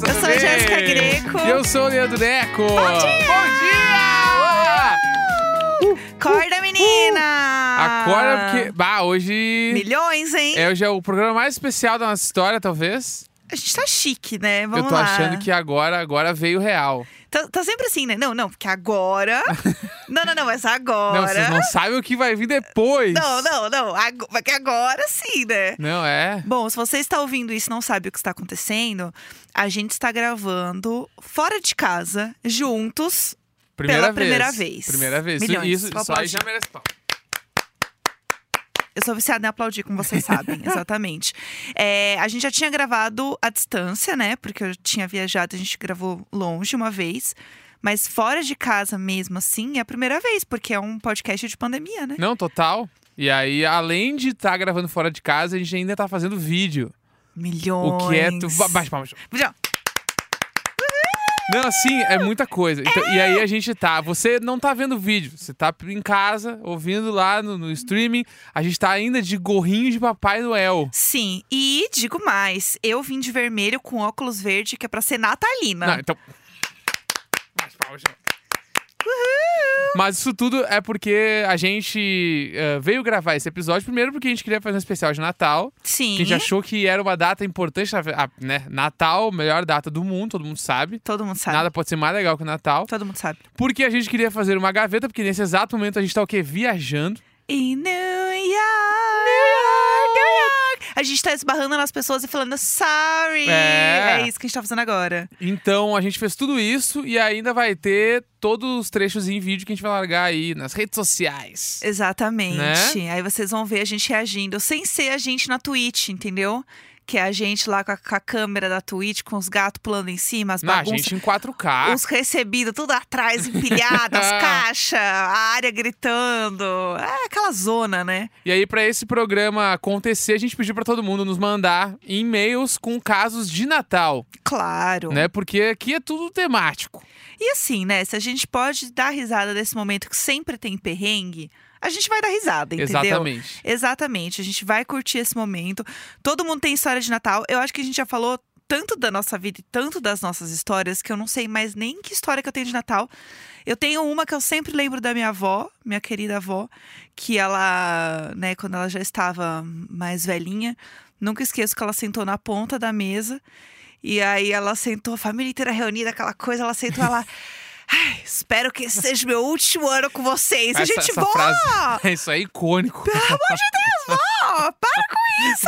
um Jéssica Greco. E eu sou o Leandro Neco. Bom dia! Acorda, menina! Acorda porque... Bah, hoje... Milhões, hein? É, hoje é o programa mais especial da nossa história, talvez. A gente tá chique, né? Vamos eu tô lá. achando que é. agora, agora veio real. Tá, tá sempre assim, né? Não, não, porque agora... não, não, não, mas agora... Não, vocês não sabem o que vai vir depois. Não, não, não. ago- Porque agora sim, né? Não é? Bom, se você está ouvindo isso e não sabe o que está acontecendo, a gente está gravando fora de casa, juntos. Primeira Pela primeira vez. vez. Primeira vez. Milhões. Isso, Vou isso aí aplaudir. já merece pau. Eu sou viciada em aplaudir, como vocês sabem, exatamente. É, a gente já tinha gravado à distância, né? Porque eu tinha viajado, a gente gravou longe uma vez. Mas fora de casa mesmo, assim, é a primeira vez, porque é um podcast de pandemia, né? Não, total. E aí, além de estar gravando fora de casa, a gente ainda tá fazendo vídeo. Milhões. O que é... Tu... Ba- Baixa palmas. Milhão. Não, assim, é muita coisa. Então, E aí a gente tá. Você não tá vendo o vídeo, você tá em casa, ouvindo lá no, no streaming. A gente tá ainda de gorrinho de Papai Noel. Sim, e digo mais, eu vim de vermelho com óculos verde, que é pra ser natalina. Não, então. Mais palmas, gente. Mas isso tudo é porque a gente eh, veio gravar esse episódio primeiro porque a gente queria fazer um especial de Natal. Sim. Que a gente achou que era uma data importante, ah, né? Natal, melhor data do mundo, todo mundo sabe. Todo mundo sabe. Nada pode ser mais legal que o Natal. Todo mundo sabe. Porque a gente queria fazer uma gaveta, porque nesse exato momento a gente tá o quê? Viajando. Em New York, New York. A gente tá esbarrando nas pessoas e falando sorry. É. isso que a gente tá fazendo agora. Então a gente fez tudo isso e ainda vai ter todos os trechos em vídeo que a gente vai largar aí nas redes sociais. Exatamente. Aí vocês vão ver a gente reagindo, sem ser a gente na Twitch, entendeu? Que é a gente lá com a, com a câmera da Twitch, com os gatos pulando em cima, as Não, a bagunças. gente ah. em 4K. Os recebidos tudo atrás, empilhado, as caixas, a área gritando. É aquela zona, né? E aí, pra esse programa acontecer, a gente pediu pra todo mundo nos mandar e-mails com casos de Natal, Claro. né? Porque aqui é tudo temático. E assim, né? Se a gente pode dar risada nesse momento que sempre tem perrengue, a gente vai dar risada, entendeu? Exatamente. Exatamente. A gente vai curtir esse momento. Todo mundo tem história de Natal. Eu acho que a gente já falou tanto da nossa vida e tanto das nossas histórias que eu não sei mais nem que história que eu tenho de Natal. Eu tenho uma que eu sempre lembro da minha avó, minha querida avó, que ela, né, quando ela já estava mais velhinha, nunca esqueço que ela sentou na ponta da mesa e aí ela sentou, a família inteira reunida, aquela coisa, ela sentou ela. "Ai, espero que esse seja meu último ano com vocês. a Essa- gente essa vó! frase- Isso é icônico. Vó, para com isso!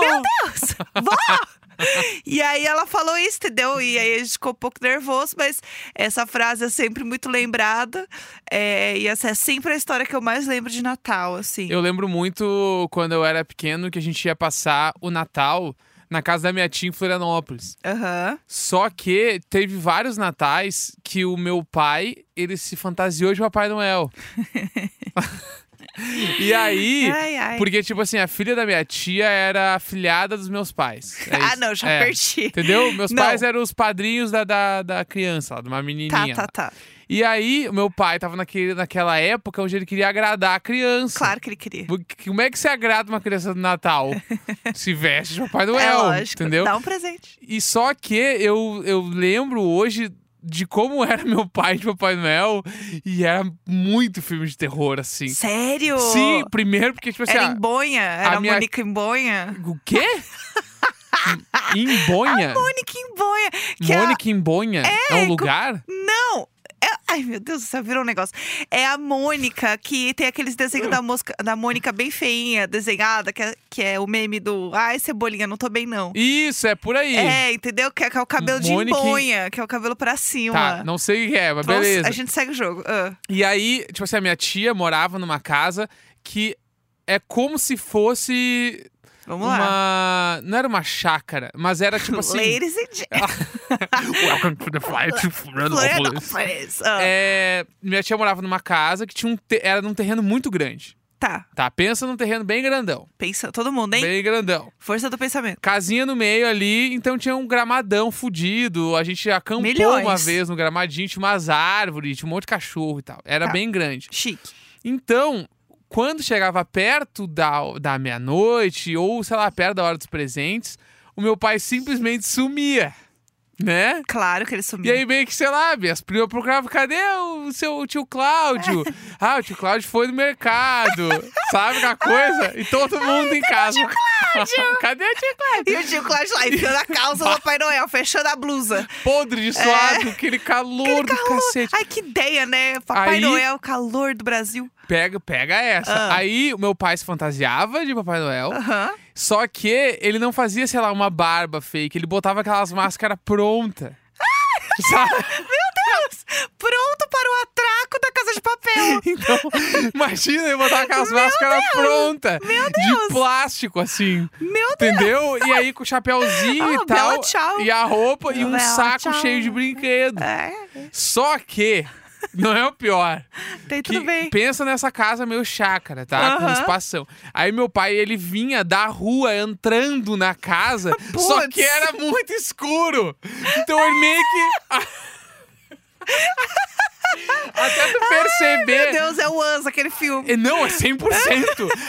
Meu Deus! Vó! E aí ela falou isso, entendeu? E aí a gente ficou um pouco nervoso, mas essa frase é sempre muito lembrada. É, e essa é sempre a história que eu mais lembro de Natal, assim. Eu lembro muito quando eu era pequeno que a gente ia passar o Natal na casa da minha tia em Florianópolis. Aham. Só que teve vários natais que o meu pai, ele se fantasiou de Papai Noel. e aí, Ai, ai. porque tipo assim, a filha da minha tia era a filhada dos meus pais. É ah, isso. não, já É. perdi. Entendeu? Meus Não. pais eram os padrinhos da, da, da criança, lá, de uma Tá, é menininha. tá, tá. E aí, o meu pai tava naquele, naquela época onde ele queria agradar a criança. Claro que ele queria. Porque Como é que você agrada uma criança no Natal? se veste de Papai Noel, é lógico. entendeu? Dá um presente. E só que eu, eu lembro hoje de como era meu pai de Papai Noel e era muito filme de terror, assim. Sério? Sim, primeiro porque, tipo assim, Era ah, em Bonha? Era a minha- Mônica em Bonha? o quê? em Bonha? Mônica em Bonha! Que a- Mônica em Bonha? É, um co- lugar? Não! É- ai, meu Deus, isso virou um negócio. É a Mônica, que tem aqueles desenhos da, mosca, da Mônica bem feinha, desenhada, que é, que é o meme do Ai, Cebolinha, não tô bem não. Isso, é por aí. É, entendeu? Que é, que é o cabelo Mônica de e- embonha, que é o cabelo pra cima. Tá, não sei o que é, mas Vamos- beleza. A gente segue o jogo. Ah, E aí, tipo assim, a minha tia morava numa casa que é como se fosse vamos lá. uma. Não era uma chácara, mas era tipo assim. Ladies and gentlemen. Welcome to the flight to Florianópolis. Florianópolis. Ah, É, minha tia morava numa casa que tinha um te- era num terreno muito grande. Tá, Tá, pensa num terreno bem grandão. pensa, todo mundo, hein? Bem grandão. Força do pensamento. Casinha no meio ali, então tinha um gramadão fudido. A gente acampou Milhões. uma vez no gramadinho, tinha umas árvores, tinha um monte de cachorro e tal. Era Tá. bem grande. Chique. Então, quando chegava perto da, da meia-noite, ou sei lá, perto da hora dos presentes, o meu pai simplesmente sumia. Né? Claro que ele E sumiu. aí meio que, sei lá, minhas primas procuravam, cadê o seu tio Cláudio? Ah, o tio Cláudio foi no mercado, sabe aquela coisa? E todo mundo em casa. cadê o tio Cláudio? E o tio Cláudio lá, enfiando a calça do Papai Noel, fechando a blusa. Podre de suado, É. aquele calor do cacete. Ai, que ideia, né? Papai Aí- Noel, calor do Brasil. Pega, pega essa. Ah. Aí o meu pai se fantasiava de Papai Noel, Aham. só que ele não fazia, sei lá, uma barba fake, ele botava aquelas máscaras prontas. Sabe? Pronto para o atraco da Casa de Papel. Então, imagina eu botar aquelas máscaras prontas de plástico, assim. Meu Entendeu? E aí com o chapéuzinho Ah, e tal. bela tchau. E a roupa e um Bela saco tchau. cheio de brinquedo. É, Só que. Não é o pior. tem Que tudo bem. pensa nessa casa meio chácara, tá? Com um Aham. espação. Aí meu pai, ele vinha da rua entrando na casa, só Putz. que era muito escuro. Então ele meio que Até tu perceber. Meu Deus, é o Anz, aquele filme. É, Não, é 100%.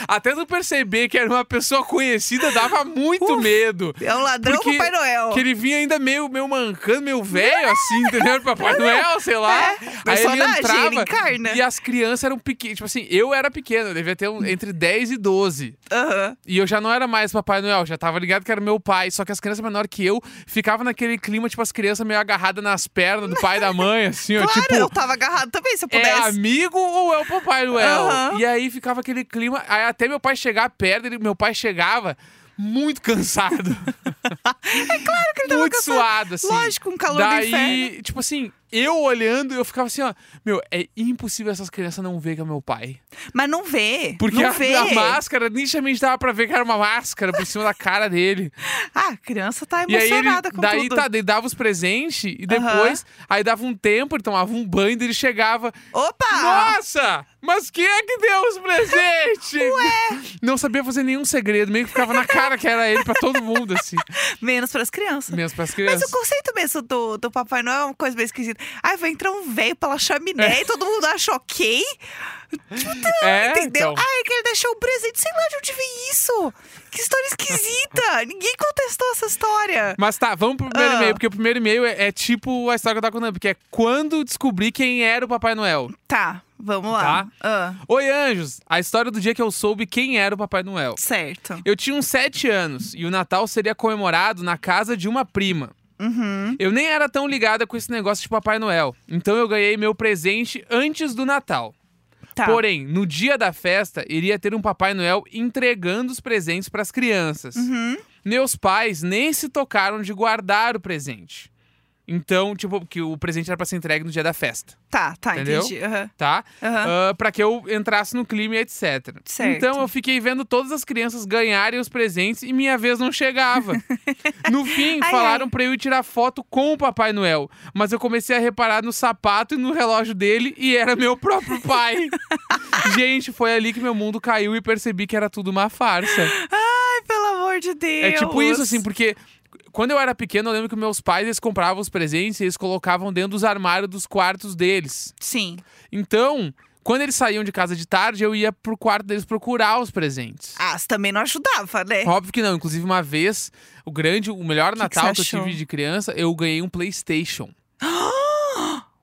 Até tu perceber que era uma pessoa conhecida, dava muito medo. É um ladrão Porque Papai Noel. Que ele vinha ainda meio, meio mancando, meio velho, assim, entendeu? Papai Noel, sei lá. É, Aí ele personagem, entrava ele encarna. e as crianças eram pequenas. Tipo assim, eu era pequeno, eu devia ter um- entre 10 e 12. Aham. E eu já não era mais Papai Noel, já tava ligado que era meu pai. Só que as crianças menores que eu ficavam naquele clima, tipo, as crianças meio agarradas nas pernas do pai e da mãe, assim, ó. Claro, Tipo, eu tava agarrado também, se eu é pudesse. amigo ou é o Papai Noel? Aham. E aí ficava aquele clima. Aí até meu pai chegar perto, ele, meu pai chegava muito cansado. Claro que ele tava muito cansado. suado, assim. Lógico, um calor do Daí, inferno. tipo assim, eu olhando, eu ficava assim, ó. Meu, é impossível essas crianças não ver que é meu pai. Mas não vê. Porque não a, vê. a máscara, nitidamente dava pra ver que era uma máscara por cima da cara dele. Ah, a criança tá E aí ele, emocionada com daí, tudo. tá, daí dava os presentes e depois, aí dava um tempo, ele tomava um banho, daí ele chegava. Opa! Nossa! Mas quem é que deu os presentes? Ué! Não sabia fazer nenhum segredo, meio que ficava na cara que era ele pra todo mundo, assim. Menos pras crianças. Mesmo pras Mas crianças. o conceito mesmo do, do Papai Noel é uma coisa meio esquisita. Ai, vai entrar um velho pela chaminé e todo mundo acha ok. é, Entendeu? então. Ai, que ele deixou um presente. Sei lá de onde vem isso. Que história esquisita. Ninguém contestou essa história. Mas tá, vamos pro primeiro Ah. e-mail, porque o primeiro e-mail é, é tipo a história que eu tava contando, porque é quando descobri quem era o Papai Noel. Tá, vamos lá. Tá. Ah, Oi, anjos! A história do dia que eu soube quem era o Papai Noel. certo. Eu tinha uns 7 anos e o Natal seria comemorado na casa de uma prima. Uhum. Eu nem era tão ligada com esse negócio de Papai Noel, então eu ganhei meu presente antes do Natal. Tá. Porém, no dia da festa, iria ter um Papai Noel entregando os presentes para as crianças. Meus pais nem se tocaram de guardar o presente. Então, tipo, que o presente era para ser entregue no dia da festa, Tá, tá, Entendeu? entendi. Aham. tá? Aham. para que eu entrasse no clima e etc. Ah. Certo. Então eu fiquei vendo todas as crianças ganharem os presentes e minha vez não chegava. no fim, Ai, falaram pra eu ir tirar foto com o Papai Noel, mas eu comecei a reparar no sapato e no relógio dele e era meu próprio pai. Gente, foi ali que meu mundo caiu e percebi que era tudo uma farsa. Ai, pelo amor de Deus. É tipo isso, assim, porque quando eu era pequeno, eu lembro que meus pais eles compravam os presentes e eles colocavam dentro dos armários dos quartos deles. Sim. Então, quando eles saíam de casa de tarde, eu ia pro quarto deles procurar os presentes. Ah, você também não ajudava, né? Óbvio que não. Inclusive, uma vez, o grande, o melhor que Natal que, você eu achou? tive de criança, eu ganhei um Playstation.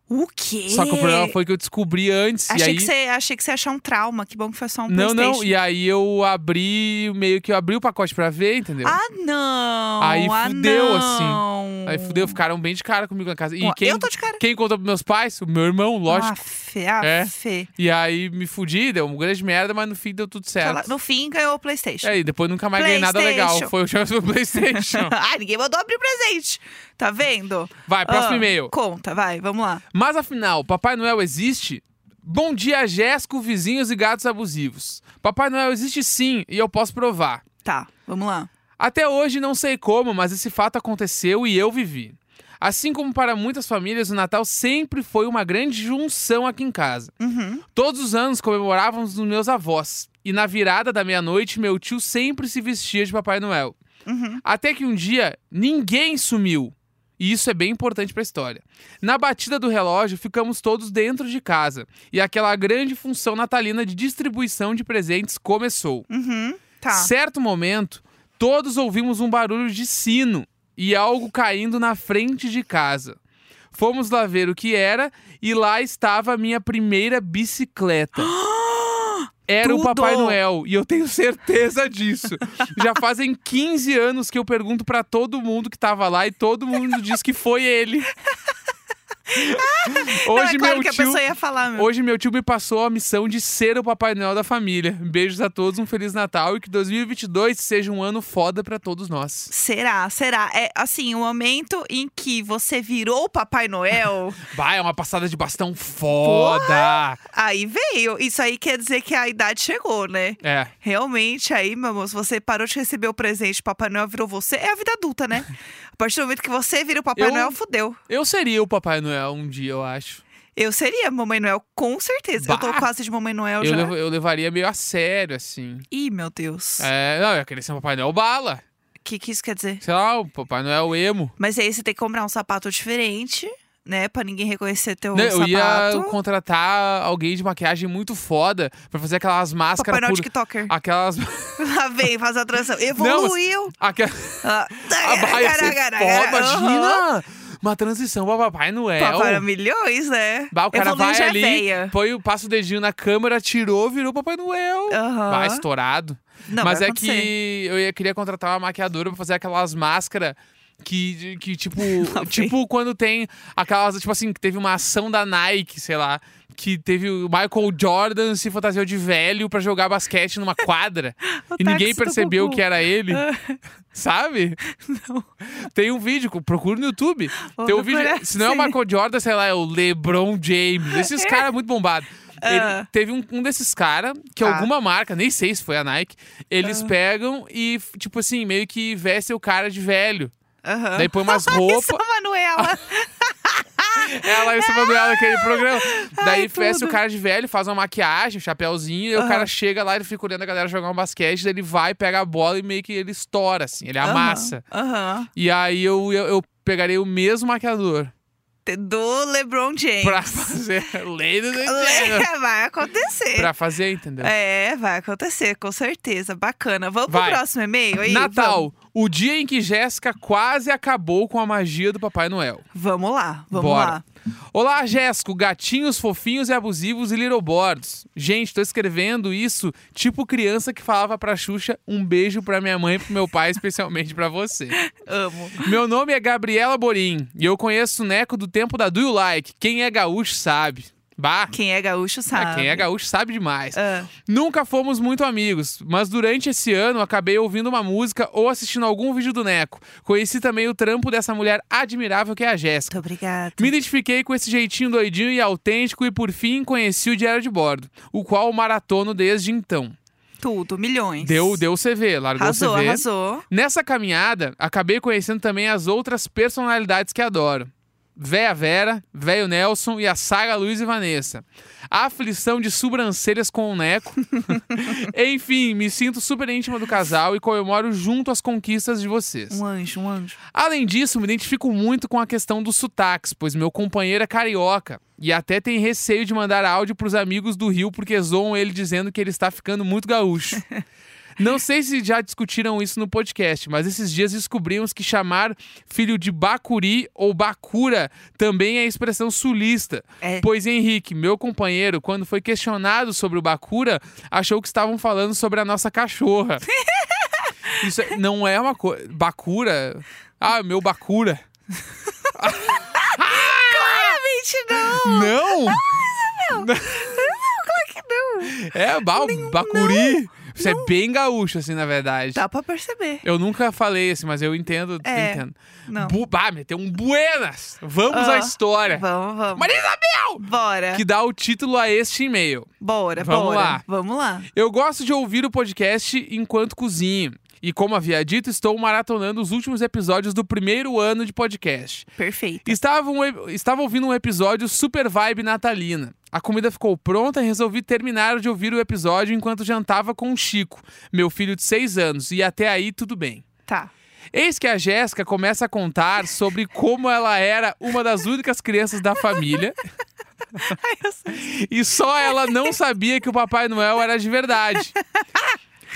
O quê? Só que o problema foi que eu descobri antes. Achei, e aí... que você, achei que você ia achar um trauma. Que bom que foi só um Não, não. PlayStation. E aí eu abri, meio que eu abri o pacote pra ver, entendeu? Ah, não. Aí ah, fudeu, assim. não. Aí fudeu, ficaram bem de cara comigo na casa. E Ó, quem, Eu tô de cara. quem contou pros meus pais? O meu irmão, lógico. Ah, fé, ah, É. fé. E aí me fudi, deu uma grande merda, mas no fim deu tudo certo. No fim, ganhou o PlayStation. É, e depois nunca mais ganhei nada legal. PlayStation. Foi o chance do Playstation. ah, ninguém mandou abrir presente. Tá vendo? Vai, próximo Ah, e-mail. Conta, vai, vamos lá. Mas afinal, Papai Noel existe? Bom dia, Jéssico, vizinhos e gatos abusivos. Papai Noel existe sim, e eu posso provar. Tá, vamos lá. Até hoje não sei como, mas esse fato aconteceu e eu vivi. Assim como para muitas famílias, o Natal sempre foi uma grande junção aqui em casa. Uhum. Todos os anos comemorávamos nos meus avós, e na virada da meia-noite, meu tio sempre se vestia de Papai Noel. Uhum. Até que um dia ninguém sumiu. E isso é bem importante pra história. Na batida do relógio, ficamos todos dentro de casa. E aquela grande função natalina de distribuição de presentes começou. Uhum. Tá. Certo momento, todos ouvimos um barulho de sino. e algo caindo na frente de casa. Fomos lá ver o que era e lá estava a minha primeira bicicleta. Era o Tudo! Papai Noel, e eu tenho certeza disso. Já fazem 15 anos que eu pergunto pra todo mundo que tava lá e todo mundo diz que foi ele. Não, Hoje é claro meu que a tio pessoa ia falar, meu. Hoje meu tio me passou a missão de ser o Papai Noel da família. Beijos a todos, um Feliz Natal e que 2022 seja um ano foda pra todos nós. Será, será? É assim, o momento em que você virou o Papai Noel, Vai, é uma passada de bastão foda! aí veio. Isso aí quer dizer que a idade chegou, né? É, Realmente, aí, meu amor, se você parou de receber o presente, Papai Noel virou você, é a vida adulta, né? A partir do momento que você vira o Papai Eu- Noel, fudeu. eu seria o Papai Noel um dia, eu acho. Eu seria Mamãe Noel, com certeza. Eu Bah! tô quase de Mamãe Noel Eu, já. levo- eu levaria meio a sério, assim. Ih, meu Deus. O É, não, eu queria ser um Papai Noel bala. que, que isso quer dizer? Sei lá, o Papai Noel emo. Mas aí você tem que comprar um sapato diferente, né? Pra ninguém reconhecer teu Né, eu sapato. ia contratar alguém de maquiagem muito foda pra fazer aquelas Papai máscaras. Noel por- TikToker. Aquelas. Lá vem, faz a transição. Ah. mas- Evoluiu. aquelas... Ah, A baia ser caraca, foda, caraca, aham. imagina! Uma transição pra Papai Noel. Papai milhões, né? Bah, o cara Evoluiu vai já é ali, veia. põe o passo o dedinho na câmera, tirou, virou Papai Noel. Aham. Vai, estourado. Não, Mas vai é acontecer. que eu ia, queria contratar uma maquiadora pra fazer aquelas máscaras que, que tipo, Lá vem. tipo quando tem aquelas, tipo assim, que teve uma ação da Nike, sei lá, que teve o Michael Jordan se fantasiou de velho pra jogar basquete numa quadra É O e ninguém táxi do percebeu Gugu. Ah. É. que era ele. Sabe? Não. Tem um vídeo, co- procura no YouTube. Vou Tem um vídeo. procurar, Se não é o sim. É. Michael Jordan, sei lá, é o LeBron James. Esses caras é muito bombados. Ele- Ah. teve um, um desses caras, que Tá. Ah. alguma marca, nem sei se foi a Nike, eles pegam e, f- tipo assim, meio que vestem o cara de velho. Aham. Daí põe umas é roupas. Ah. Isso, Manuela. Ela e o Manuel naquele programa. Daí Ai, veste o tudo. cara de velho, faz uma maquiagem, um chapéuzinho, e o Aham. cara chega lá, ele fica olhando a galera jogar um basquete, daí ele vai, pega a bola e meio que ele estoura, assim, ele Aham, amassa. Aham. E aí eu, eu, eu pegaria o mesmo maquiador Do LeBron James. pra fazer Lady do Inferno. Le- Vai acontecer. Pra fazer, entendeu? É, vai acontecer, com certeza. Bacana. Vamos Vai. pro próximo e-mail aí? Natal, o dia em que Jéssica quase acabou com a magia do Papai Noel. Vamos, vamos lá, vamos Bora. lá. Olá, Jéssico, gatinhos fofinhos e abusivos e little boards. Gente, tô escrevendo isso tipo criança que falava pra Xuxa um beijo pra minha mãe e pro meu pai, especialmente pra você. Amo. Meu nome é Gabriela Borim e eu conheço o Neco do tempo da Do You Like. Quem é gaúcho sabe. Bah, Quem é gaúcho sabe. quem é gaúcho sabe demais. Ah, Nunca fomos muito amigos, mas durante esse ano acabei ouvindo uma música ou assistindo algum vídeo do Neco. Conheci também o trampo dessa mulher admirável que é a Jéssica. muito obrigada. Me identifiquei com esse jeitinho doidinho e autêntico e por fim conheci o Diário de Bordo, o qual maratono desde então. Tudo, milhões. Deu, deu o CV, largou Arrasou, o CV. arrasou. Nessa caminhada, acabei conhecendo também as outras personalidades que adoro. Véia Vera, Véio Nelson e a saga Luiz e Vanessa. A aflição de sobrancelhas com o Neco. Enfim, me sinto super íntima do casal e comemoro junto as conquistas de vocês. Um anjo, um anjo. Além disso, me identifico muito com a questão dos sotaques, pois meu companheiro é carioca e até tem receio de mandar áudio pros amigos do Rio porque zoam ele dizendo que ele está ficando muito gaúcho. Não sei se já discutiram isso no podcast, mas esses dias descobrimos que chamar filho de Bacuri ou Bacura também é expressão sulista. É. Pois Henrique, meu companheiro, quando foi questionado sobre o Bacura, achou que estavam falando sobre a nossa cachorra. Isso é- não é uma coisa. Bacura. Ah, meu Bacura. Claramente não. Não! Ah, é Claro que não. um É, ba Bacuri. Isso é bem gaúcho, assim, na verdade. Dá pra perceber. Eu nunca falei assim, mas eu entendo. Tá. É, entendo. não. Bu bah, meteu um Buenas! Vamos à Ah, história. Vamos, vamos. Maria Isabel! Bora. Que dá o título a este e-mail. Bora, Vamos bora. lá. Vamos lá. Eu gosto de ouvir o podcast enquanto cozinho. E como havia dito, estou maratonando os últimos episódios do primeiro ano de podcast. Perfeito. Estava, um ep- estava ouvindo um episódio super vibe natalina. A comida ficou pronta e resolvi terminar de ouvir o episódio enquanto jantava com o Chico, meu filho de 6 anos, e até aí tudo bem. Tá. Eis que a Jéssica começa a contar sobre como ela era uma das únicas crianças da família Ai, eu sei. e só ela não sabia que o Papai Noel era de verdade.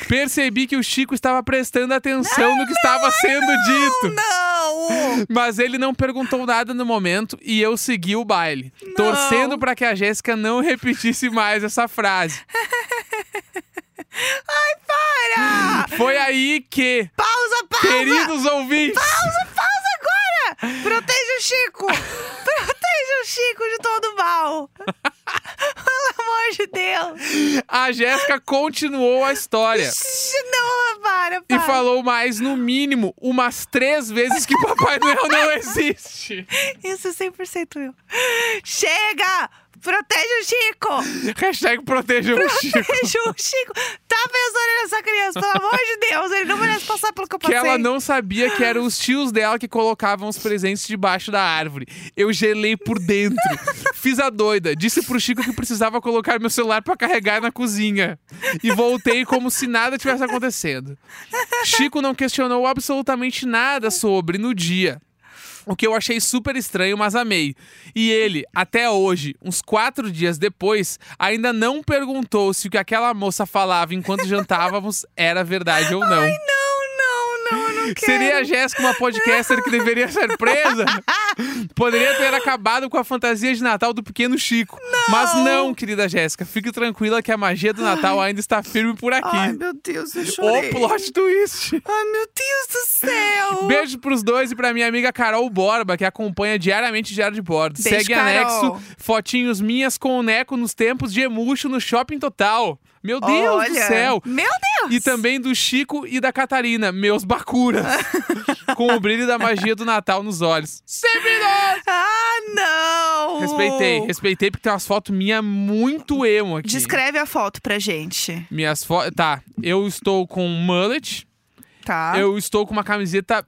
Percebi que o Chico estava prestando atenção no que estava sendo dito. Oh, Não! Mas ele não perguntou nada no momento e eu segui o baile, torcendo pra que a Jéssica não repetisse mais essa frase. Para! Foi aí que, Pausa, pausa! queridos ouvintes, Pausa, pausa agora! Proteja o Chico! Proteja o Chico de todo mal! Pelo amor de Deus! a Jéssica continuou a história. Não, para, para! É. E falou mais, no mínimo, umas três vezes que Papai Noel não existe. Isso é 100% eu. Chega! Proteja o Chico! Hashtag proteja o Chico. Proteja o Chico! Tá pensando nessa criança, pelo amor de Deus! Ele não merece passar pelo que eu Que passei. ela não sabia que eram os tios dela que colocavam os presentes debaixo da árvore. Eu gelei por dentro. Fiz a doida. Disse pro Chico que precisava colocar meu celular pra carregar na cozinha. E voltei como se nada tivesse acontecendo. Chico não questionou absolutamente nada sobre no dia. O que eu achei super estranho, mas amei. E ele, até hoje, uns quatro dias depois, ainda não perguntou se o que aquela moça falava enquanto jantávamos era verdade ou não. Não, não, não, eu não quero. Seria a Jéssica uma podcaster que deveria ser presa? Poderia ter acabado com a fantasia de Natal do pequeno Chico. Mas não, querida Jéssica. Fique tranquila que a magia do Natal ainda está firme por Ai, aqui. meu Deus, eu O chorei. Uh. plot twist. Ai, meu Deus do céu! Beijo pros dois e pra minha amiga Carol Borba, que acompanha diariamente o Diário de Bordo. Beijo, Segue Carol. anexo fotinhos minhas com o Neco nos tempos de emuxo no Shopping Total. Meu Deus Olha, do céu! Meu Deus! E também do Chico e da Catarina, meus bacuras. com o brilho da magia do Natal nos olhos. Sempre nós! Ah, não! Respeitei, respeitei, porque tem umas fotos minhas muito emo aqui. Descreve a foto pra gente, Minhas fotos. Tá, eu estou com um mullet, tá? eu estou com uma camiseta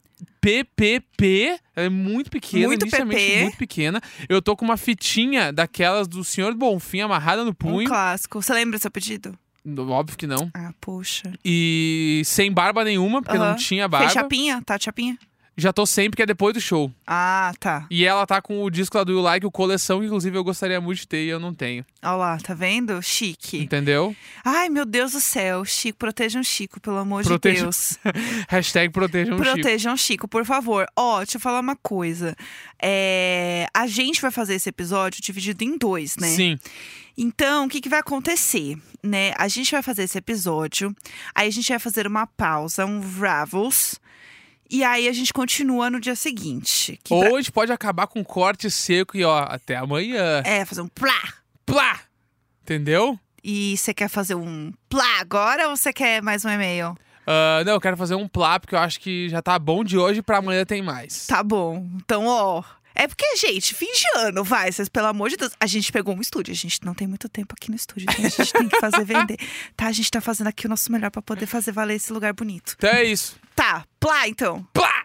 PPP, ela é muito pequena, Muito inicialmente PP. muito pequena. Eu tô com uma fitinha daquelas do Senhor Bonfim amarrada no Um punho. clássico. Você lembra seu pedido? Óbvio que não. Ah, puxa. E sem barba nenhuma, porque Aham. não tinha barba. Fez chapinha? Tá, chapinha? Já tô sem, porque é depois do show. Ah, tá. E ela tá com o disco lá do You Like, o coleção, que inclusive eu gostaria muito de ter e eu não tenho. Olha lá, tá vendo? Hum. Chique. Entendeu? Ai, meu Deus do céu. Chico, protejam o Chico, pelo amor de Protejam- Deus. Hashtag protejam o Chico. Protejam o Chico, por favor. Ó, deixa eu falar uma coisa. É, A gente vai fazer esse episódio dividido em dois, né? Sim. Então, o que, que vai acontecer? Né? A gente vai fazer esse episódio, aí a gente vai fazer uma pausa, um Ravels, e aí a gente continua no dia seguinte. que pra- Ou a gente pode acabar com um corte seco e ó, até amanhã. É, fazer um plá! Plá! Entendeu? E você quer fazer um plá agora ou você quer mais um e-mail? Ah, não, eu quero fazer um plá, porque eu acho que já tá bom de hoje pra amanhã tem mais. Tá bom. Então, ó. É porque, gente, fim de ano, vai. Vocês, pelo amor de Deus. A gente pegou um estúdio. A gente não tem muito tempo aqui no estúdio. Então a gente tem que fazer vender. Tá? A gente tá fazendo aqui o nosso melhor pra poder fazer valer esse lugar bonito. Então é isso. Tá, plá então. Plá!